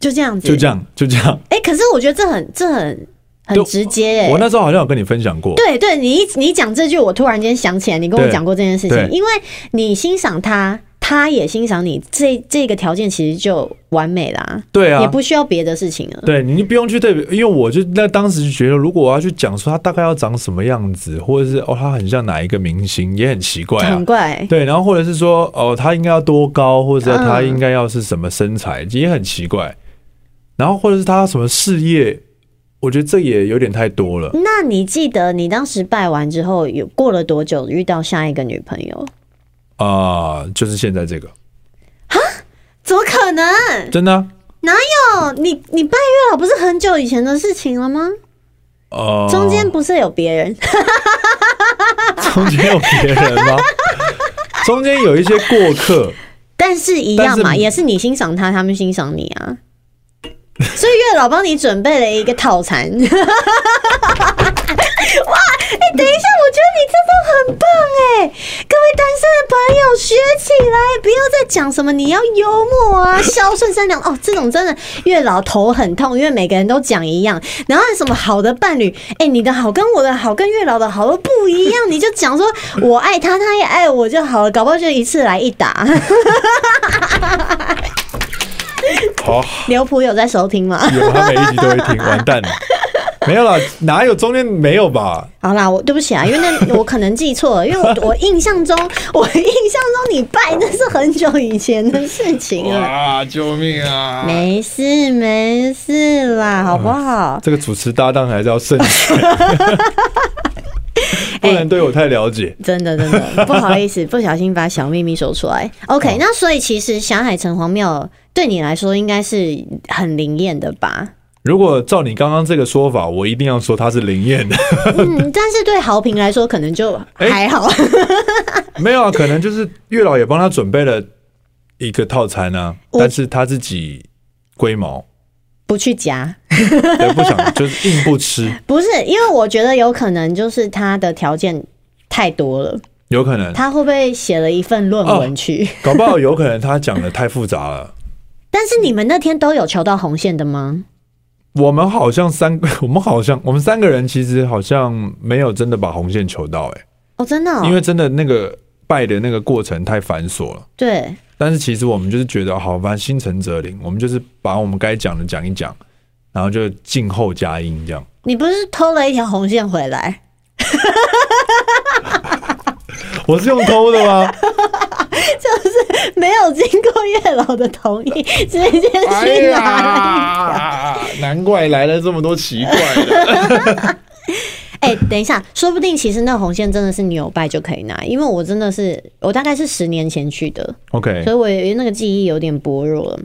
Speaker 3: 就这样子，
Speaker 2: 就这。样，就这样。
Speaker 3: 哎、可是我觉得这很这很很
Speaker 2: 对
Speaker 3: 直接哎、
Speaker 2: 我那时候好像有跟你分享过，
Speaker 3: 对对，你一你讲这句，我突然间想起来，你跟我
Speaker 2: 对
Speaker 3: 讲过这件事情，
Speaker 2: 对
Speaker 3: 因为你欣赏他，他也欣赏你，这这个条件其实就完美啦，
Speaker 2: 对
Speaker 3: 也
Speaker 2: 啊，
Speaker 3: 不需要别的事情了。
Speaker 2: 对，你不用去特别，因为我就那当时就觉得，如果我要去讲说他大概要长什么样子，或者是哦，他很像哪一个明星，也很奇怪啊
Speaker 3: 很。怪，
Speaker 2: [laughs] 对，然后或者是说，哦，他应该要多高，或者
Speaker 3: 嗯
Speaker 2: 他应该要是什么身材，也很奇怪。然后或者是他什么事业，我觉得这也有点太多了。
Speaker 3: 那你记得你当时拜完之后，有过了多久遇到下一个女朋友？
Speaker 2: 啊、就是现在这个，
Speaker 3: 怎么可能？
Speaker 2: 真的啊、
Speaker 3: 哦，你你拜月老不是很久以前的事情了吗？
Speaker 2: 呃，
Speaker 3: 中间不是有别人？
Speaker 2: [laughs] 中间有别人吗？中间有一些过客，
Speaker 3: 但是一样嘛，
Speaker 2: 但是
Speaker 3: 也是你欣赏他，他们欣赏你啊。所以月老帮你准备了一个套餐。哇，哎、 [laughs] 等一下，我觉得你这招很棒哎、各位单身的朋友学起来，不要再讲什么你要幽默
Speaker 2: [laughs]
Speaker 3: 啊、孝顺善良哦，这种真的月老头很痛，因为每个人都讲一样。然后什么好的伴侣，哎、你的好跟我的好跟月老的好都不一样，你就讲说我爱他，他也爱我就好了，搞不好就一次来一打。
Speaker 2: 好、
Speaker 3: 刘普有在收听吗？
Speaker 2: [laughs] 有他每一集都会听，完蛋了。没有啦，哪有中间没有吧？
Speaker 3: 好啦，我对不起啊，因为那我可能记错了，因为我我印象中， [laughs] 我印象中你拜那是很久以前的事情了。
Speaker 2: 啊，救命啊！
Speaker 3: 没事没事啦，好不好？
Speaker 2: 这个主持搭档还是要慎
Speaker 3: [laughs]
Speaker 2: 选， [laughs]
Speaker 3: 哎
Speaker 2: 不然对我太了解。
Speaker 3: 真的真的，不好意思，不小心把小秘密说出来。OK，那所以其实霞海城隍庙对你来说应该是很灵验的吧？
Speaker 2: 如果照你刚刚这个说法，我一定要说它是灵验的。 [laughs]
Speaker 3: 嗯，但是对豪平来说可能就还好。 [laughs]
Speaker 2: 没有啊，可能就是月老也帮他准备了一个套餐啊，
Speaker 3: 我
Speaker 2: 但是他自己龟毛，
Speaker 3: 不去夹，
Speaker 2: 也不想，就是硬不吃，
Speaker 3: 不是因为我觉得有可能就是他的条件太多了。
Speaker 2: 有可能，
Speaker 3: 他会不会写了一份论文去？
Speaker 2: 搞不好有可能他讲的太复杂了。
Speaker 3: [laughs] 但是你们那天都有求到红线的吗？
Speaker 2: 我们好像三个， [laughs] 我们好像我们三个人其实好像没有真的把红线求到、欸，
Speaker 3: 哦，真的、哦，
Speaker 2: 因为真的那个拜的那个过程太繁琐了。
Speaker 3: 对，
Speaker 2: 但是其实我们就是觉得，好，反正心诚则灵，我们就是把我们该讲的讲一讲，然后就静候佳音这样。
Speaker 3: 你不是偷了一条红线回来？ [laughs]
Speaker 2: 我是用偷的吗？
Speaker 3: 没有经过月老的同意， [laughs] 直接去拿。
Speaker 2: 哎呀， [laughs] 难怪来了这么多奇怪的。
Speaker 3: [laughs] 哎、等一下，说不定其实那红线真的是你有拜就可以拿，因为我真的是我大概是十年前去的，
Speaker 2: OK，
Speaker 3: 所以我也那个记忆有点薄弱了。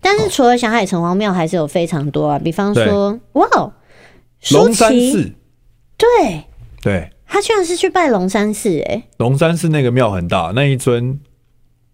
Speaker 3: 但是除了霞海城隍庙，还是有非常多啊，比方说，哇，哦，舒
Speaker 2: 龙山
Speaker 3: 淇，
Speaker 2: 寺
Speaker 3: 对，
Speaker 2: 对，
Speaker 3: 他居然是去拜龙山寺、哎，
Speaker 2: 龙山寺那个庙很大，那一尊，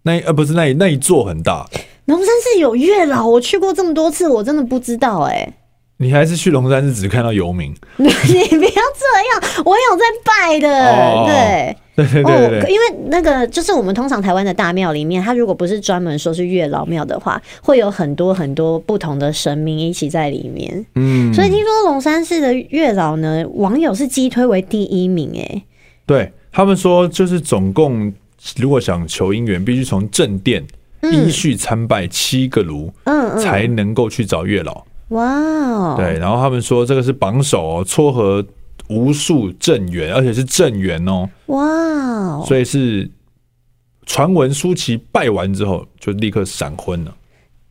Speaker 2: 那一呃不是那一那一座很大，
Speaker 3: 龙山寺有月老，我去过这么多次，我真的不知道、哎。 [laughs]
Speaker 2: 你还是去龙山寺只看到游民。
Speaker 3: 你不要这样，我有在拜的，
Speaker 2: 哦
Speaker 3: 对。
Speaker 2: 对对对对
Speaker 3: 哦，
Speaker 2: 对，
Speaker 3: 因为那个就是我们通常台湾的大庙里面，它如果不是专门说是月老庙的话，会有很多很多不同的神明一起在里面。
Speaker 2: 嗯，
Speaker 3: 所以听说龙山寺的月老呢，网友是击推为第一名、哎，
Speaker 2: 对他们说，就是总共如果想求姻缘，必须从正殿依序参拜七个炉，
Speaker 3: 嗯嗯，
Speaker 2: 才能够去找月老。
Speaker 3: 哇哦，
Speaker 2: 对，然后他们说这个是榜首哦，撮合无数正缘，而且是正缘哦，
Speaker 3: 哇哦，
Speaker 2: 所以是传闻舒淇拜完之后就立刻闪婚了。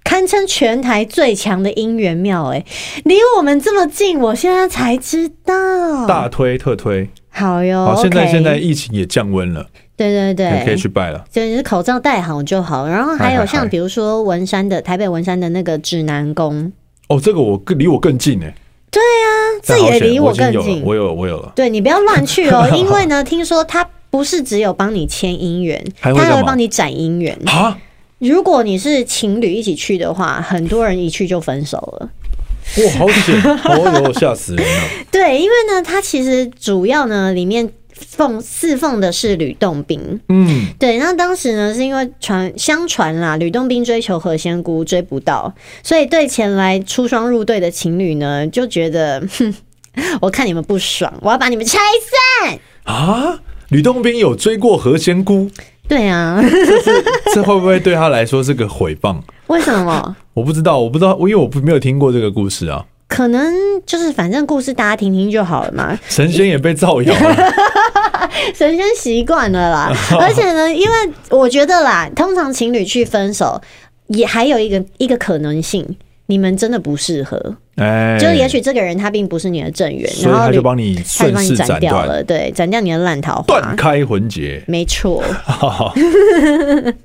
Speaker 3: 堪称全台最强的姻缘庙，哎，离我们这么近，我现在才知道，
Speaker 2: 大推特推，
Speaker 3: 好哟，
Speaker 2: 好，现在
Speaker 3: 哦 OK
Speaker 2: 现在疫情也降温了，
Speaker 3: 对对对，
Speaker 2: 可以去拜了。
Speaker 3: 就是口罩戴好就好，然后还
Speaker 2: 嗨
Speaker 3: 有
Speaker 2: 嗨
Speaker 3: 像
Speaker 2: 嗨
Speaker 3: 比如说文山的台北文山的那个指南宫，
Speaker 2: 哦，这个我更离我更近哎，
Speaker 3: 这也离
Speaker 2: 我
Speaker 3: 更
Speaker 2: 已经有
Speaker 3: 近
Speaker 2: 了，。我有了我有了，
Speaker 3: 对你不要乱去
Speaker 2: [laughs]
Speaker 3: 哦，因为呢，听说它不是只有帮你签姻缘，
Speaker 2: [laughs] 还
Speaker 3: 它
Speaker 2: 会干嘛
Speaker 3: 还会帮你斩姻缘。
Speaker 2: 啊，
Speaker 3: 如果你是情侣一起去的话，很多人一去就分手了。
Speaker 2: 哇，好
Speaker 3: [laughs]
Speaker 2: 险！哦呦，吓死人了。
Speaker 3: 对，因为呢，它其实主要呢里面奉侍奉的是吕洞宾。
Speaker 2: 嗯，
Speaker 3: 对，那当时呢，是因为传相传啦，吕洞宾追求何仙姑追不到，所以对前来出双入对的情侣呢，就觉得，哼，我看你们不爽，我要把你们拆散。
Speaker 2: 啊，吕洞宾有追过何仙姑，
Speaker 3: 对啊，
Speaker 2: 这会不会对他来说是个毁谤？
Speaker 3: 为什么？
Speaker 2: 我不知道，我不知道，因为我不没有听过这个故事啊。
Speaker 3: 可能就是反正故事大家听听就好了嘛，
Speaker 2: 神仙也被造谣了，
Speaker 3: [laughs] 神仙习惯了
Speaker 2: [laughs]
Speaker 3: 啦。而且呢，因为我觉得啦，通常情侣去分手，也还有一个一个可能性，你们真的不适合，
Speaker 2: 哎，
Speaker 3: 就也许这个人他并不是你的正缘，
Speaker 2: 所以
Speaker 3: 然后
Speaker 2: 他就
Speaker 3: 吕
Speaker 2: 帮你
Speaker 3: 他就
Speaker 2: 顺
Speaker 3: 帮你
Speaker 2: 势
Speaker 3: 斩
Speaker 2: 斩
Speaker 3: 掉
Speaker 2: 断，
Speaker 3: 了，对，斩掉你的烂桃花
Speaker 2: 断。开魂结。
Speaker 3: 没错，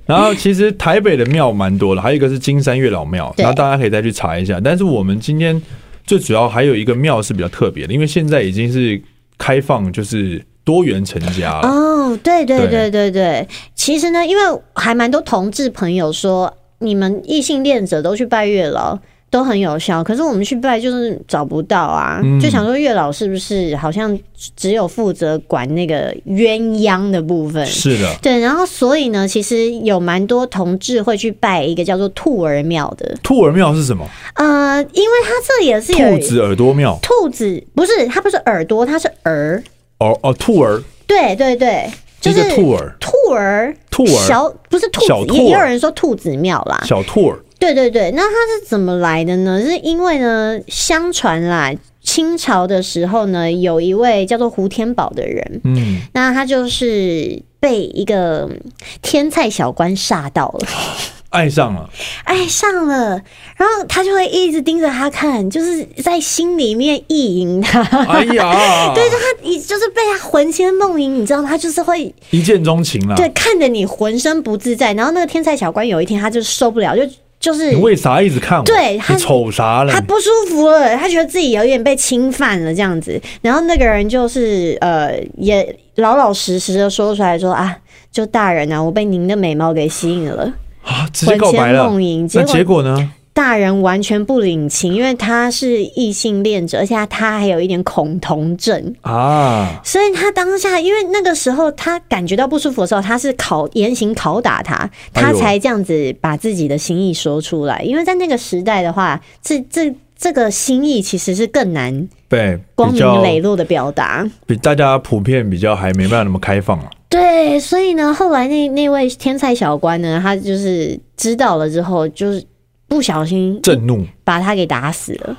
Speaker 2: 然后其实台北的庙蛮多的，还有一个是金山月老庙，
Speaker 3: 对
Speaker 2: 然后大家可以再去查一下。但是我们今天最主要还有一个庙是比较特别的，因为现在已经是开放，就是多元成家了。
Speaker 3: 哦，对对
Speaker 2: 对
Speaker 3: 对对对，其实呢，因为还蛮多同志朋友说，你们异性恋者都去拜月老。都很有效，可是我们去拜就是找不到啊，
Speaker 2: 嗯
Speaker 3: 就想说月老是不是好像只有负责管那个鸳鸯的部分？
Speaker 2: 是的，
Speaker 3: 对，然后所以呢，其实有蛮多同志会去拜一个叫做兔儿庙的，
Speaker 2: 兔儿庙是什么？
Speaker 3: 呃，因为它这也是
Speaker 2: 兔
Speaker 3: 有
Speaker 2: 子耳朵庙。
Speaker 3: 兔子不是它不是耳朵，它是儿，
Speaker 2: 哦哦，兔儿，
Speaker 3: 对对对，就
Speaker 2: 一
Speaker 3: 是
Speaker 2: 个兔儿，
Speaker 3: 兔儿，
Speaker 2: 兔儿
Speaker 3: 小不是兔
Speaker 2: 小
Speaker 3: 子，
Speaker 2: 兔
Speaker 3: 也也有
Speaker 2: 儿
Speaker 3: 人说兔子庙啦。
Speaker 2: 小兔儿。
Speaker 3: 对对对，那它是怎么来的呢？是因为呢，相传啦，清朝的时候呢，有一位叫做胡天宝的人， [laughs]
Speaker 2: 嗯，
Speaker 3: 那他就是被一个嗯天菜小官煞到了，
Speaker 2: [laughs] 爱上
Speaker 3: [laughs]
Speaker 2: 了，
Speaker 3: 爱上了，然后他就会一直盯着他看，就是在心里面意淫他。
Speaker 2: 哎呀，
Speaker 3: 对，就他，你就是被他魂牵梦萦，你知道吗？他就是会
Speaker 2: 一见钟情啦。
Speaker 3: 对，看得你浑身不自在。然后那个天才小官有一天他就受不了，就就是
Speaker 2: 你为啥一直看我？
Speaker 3: 对他
Speaker 2: 你瞅啥了
Speaker 3: 他？不舒服了，他觉得自己有点被侵犯了这样子。然后那个人就是呃，也老老实实的说出来说啊，就大人啊，我被您的美貌给吸引了。
Speaker 2: 啊，直接告白了。
Speaker 3: 魂牵梦萦
Speaker 2: 那
Speaker 3: 结果
Speaker 2: 结果呢？
Speaker 3: 大人完全不领情，因为他是异性恋者，而且他他还有一点恐同症。
Speaker 2: 啊，
Speaker 3: 所以他当下，因为那个时候他感觉到不舒服的时候，他是拷严刑拷打他，
Speaker 2: 哎
Speaker 3: 他
Speaker 2: 呦
Speaker 3: 才这样子把自己的心意说出来。因为在那个时代的话，这这这个心意其实是更难
Speaker 2: 对，
Speaker 3: 光
Speaker 2: 比较
Speaker 3: 明磊落的表达。
Speaker 2: 比大家普遍比较还没办法那么开放啊。
Speaker 3: 对，所以呢，后来那那位天才小官呢，他就是知道了之后，就是不小心
Speaker 2: 震怒，
Speaker 3: 把他给打死了。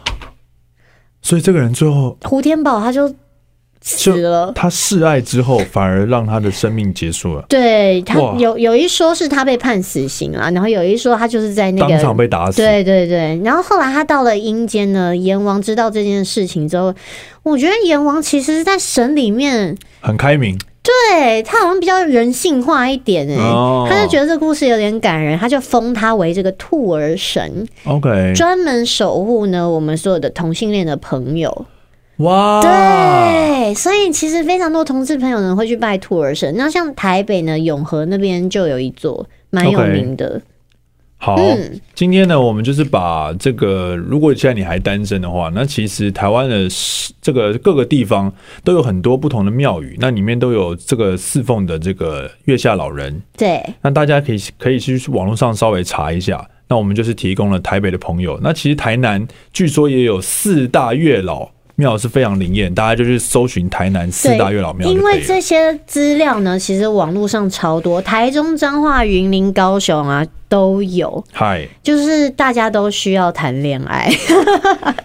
Speaker 2: 所以这个人最后
Speaker 3: 胡天宝他就死
Speaker 2: 就
Speaker 3: 了。
Speaker 2: 他示爱之后，反而让他的生命结束了，
Speaker 3: 对他
Speaker 2: 哇
Speaker 3: 有有一说是他被判死刑啊，然后有一说他就是在那
Speaker 2: 当
Speaker 3: 个
Speaker 2: 场被打死。
Speaker 3: 对对对，然后后来他到了阴间呢，阎王知道这件事情之后，我觉得阎王其实是在神里面，
Speaker 2: 很开明，
Speaker 3: 对他好像比较人性化一点哎、
Speaker 2: 哦
Speaker 3: 他就觉得这故事有点感人，他就封他为这个兔儿神，
Speaker 2: OK，
Speaker 3: 专门守护呢我们所有的同性恋的朋友。
Speaker 2: 哇，啊
Speaker 3: 对，所以其实非常多同志朋友呢会去拜兔儿神。那像台北呢，永和那边就有一座蛮有
Speaker 2: OK
Speaker 3: 名的。
Speaker 2: 好，
Speaker 3: 嗯
Speaker 2: 今天呢，我们就是把这个，如果现在你还单身的话，那其实台湾的是这个各个地方都有很多不同的庙宇，那里面都有这个侍奉的这个月下老人，
Speaker 3: 对，
Speaker 2: 那大家可以可以去网络上稍微查一下。那我们就是提供了台北的朋友，那其实台南据说也有四大月老庙是非常灵验，大家就去搜寻台南四
Speaker 3: 对
Speaker 2: 大月老庙就可以
Speaker 3: 因
Speaker 2: 了。
Speaker 3: 为这些资料呢，其实网络上超多，台中、彰化、云林、高雄啊都有，
Speaker 2: 嗨，
Speaker 3: 就是大家都需要谈恋爱。 [laughs]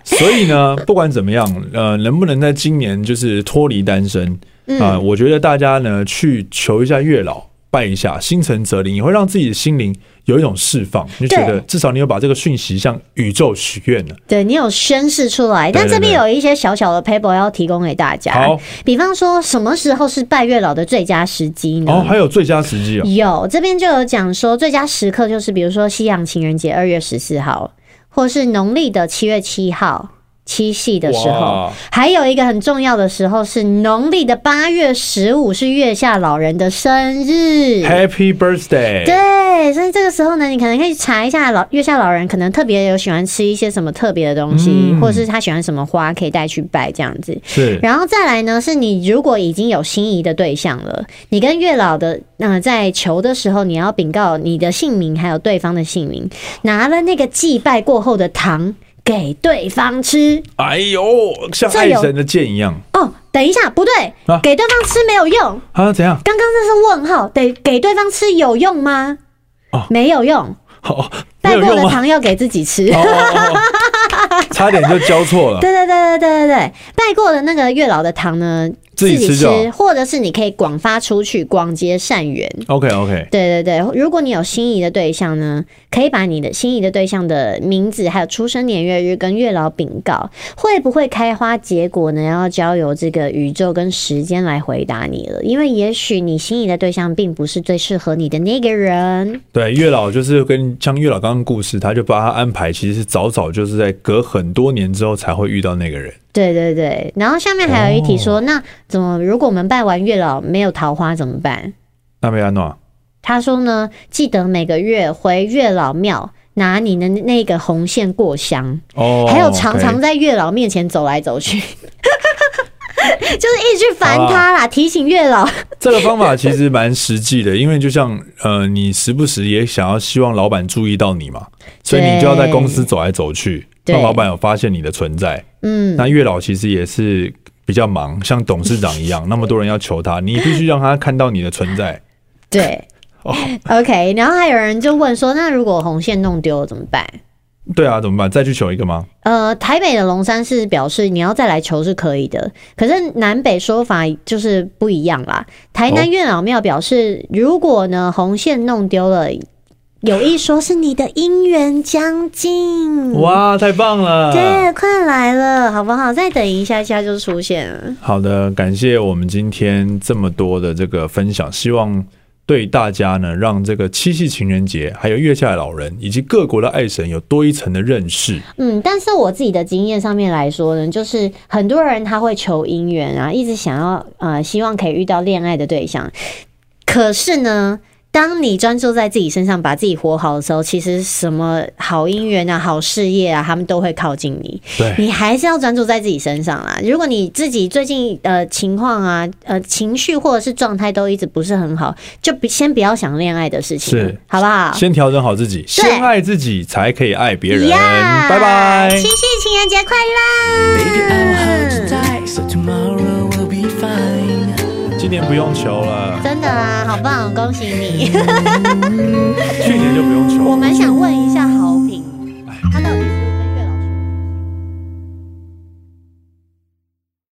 Speaker 2: 所以呢， [laughs] 不管怎么样，呃，能不能在今年就是脱离单身
Speaker 3: 嗯
Speaker 2: 啊、我觉得大家呢去求一下月老，拜一下，心诚则灵，也会让自己的心灵有一种释放。你就觉得
Speaker 3: 对
Speaker 2: 至少你有把这个讯息向宇宙许愿了。
Speaker 3: 对你有宣示出来，
Speaker 2: 对
Speaker 3: 但这边
Speaker 2: 对
Speaker 3: 有一些小小的 paper 要提供给大家。
Speaker 2: 好
Speaker 3: 比方说什么时候是拜月老的最佳时机呢？
Speaker 2: 哦，还有最佳时机啊，
Speaker 3: 有这边就有讲说，最佳时刻就是比如说西洋情人节二月十四号，或是农历的七月七号。七夕的时候
Speaker 2: 哇，
Speaker 3: 还有一个很重要的时候是农历的八月十五，是月下老人的生日。
Speaker 2: ，Happy Birthday！
Speaker 3: 对，所以这个时候呢，你可能可以查一下老月下老人，可能特别有喜欢吃一些什么特别的东西，
Speaker 2: 嗯
Speaker 3: 或者是他喜欢什么花，可以带去拜这样子。
Speaker 2: 是
Speaker 3: 然后再来呢，是你如果已经有心仪的对象了，你跟月老的呃在求的时候，你要禀告你的姓名还有对方的姓名，拿了那个祭拜过后的糖给对方吃。
Speaker 2: 哎呦，像
Speaker 3: 这
Speaker 2: 爱
Speaker 3: 有
Speaker 2: 神的箭一样
Speaker 3: 哦，等一下，不对，
Speaker 2: 啊
Speaker 3: 给对方吃没有用，
Speaker 2: 啊？怎样？
Speaker 3: 刚刚那是问号，得给对方吃有用吗？
Speaker 2: 哦
Speaker 3: 没有用。
Speaker 2: 哦，没
Speaker 3: 带
Speaker 2: 有
Speaker 3: 过的
Speaker 2: 用吗？
Speaker 3: 糖要给自己吃。
Speaker 2: 哦哦哦差点就交错了。
Speaker 3: [laughs] 对对对对对对对，带过的那个月老的糖呢，
Speaker 2: 自己吃就好
Speaker 3: 或者是你可以广发出去，广结善缘。
Speaker 2: OK OK，
Speaker 3: 对对对，如果你有心仪的对象呢，可以把你的心仪的对象的名字、还有出生年月日跟月老禀告，会不会开花结果呢？要交由这个宇宙跟时间来回答你了，因为也许你心仪的对象并不是最适合你的那个人。
Speaker 2: 对，月老就是跟像月老刚刚故事，他就把他安排，其实是早早就是在隔很多年之后才会遇到那个人。
Speaker 3: 对对对，然后下面还有一题说，那怎么如果我们拜完月老没有桃花怎么办？
Speaker 2: 那没安诺，啊
Speaker 3: 他说呢，记得每个月回月老庙拿你的那个红线过香，
Speaker 2: 哦，
Speaker 3: 还有常常
Speaker 2: OK
Speaker 3: 在月老面前走来走去。 [laughs] 就是一直去烦他
Speaker 2: 啊
Speaker 3: 啦，提醒月老。
Speaker 2: 这个方法其实蛮实际的，因为就像呃，你时不时也想要希望老板注意到你
Speaker 3: [laughs]
Speaker 2: 嘛，所以你就要在公司走来走去，
Speaker 3: 对
Speaker 2: 让老板有发现你的存在。
Speaker 3: 嗯，
Speaker 2: 那月老其实也是比较忙，像董事长一
Speaker 3: [laughs]
Speaker 2: 样，那么多人要求他，你必须让他看到你的存在。
Speaker 3: 对。
Speaker 2: 哦
Speaker 3: OK，然后还有人就问说，那如果红线弄丢了怎么办？
Speaker 2: 对啊，怎么办？再去求一个吗？
Speaker 3: 呃，台北的龙山寺表示你要再来求是可以的，可是南北说法就是不一样啦。台
Speaker 2: 哦
Speaker 3: 南月老庙表示，如果呢红线弄丢了，有一说是你的姻缘将近。
Speaker 2: 哇，太棒了！
Speaker 3: 嗯对，快来了，好不好？再等一下下就出现了。
Speaker 2: 好的，感谢我们今天这么多的这个分享，希望对大家呢，让这个七夕情人节，还有月下老人以及各国的爱神有多一层的认识。
Speaker 3: 嗯，但是我自己的经验上面来说呢，就是很多人他会求姻缘啊，一直想要呃，希望可以遇到恋爱的对象。可是呢，当你专注在自己身上，把自己活好的时候，其实什么好姻缘啊、好事业啊，他们都会靠近你。
Speaker 2: 对，
Speaker 3: 你还是要专注在自己身上啦。如果你自己最近呃情况啊、呃情绪或者是状态都一直不是很好，就不先不要想恋爱的事情了
Speaker 2: 是，
Speaker 3: 好不好？
Speaker 2: 先调整好自己，先爱自己，才可以爱别人。
Speaker 3: 呀
Speaker 2: 拜拜
Speaker 3: 七。夕情人节快乐
Speaker 1: Baby, I'm hard to die, so tomorrow will be fine.
Speaker 2: 今年不用求了，[laughs]
Speaker 3: 真的啊，好棒，恭喜你！
Speaker 2: 去年就不用求了。
Speaker 3: 我蛮想问一下，好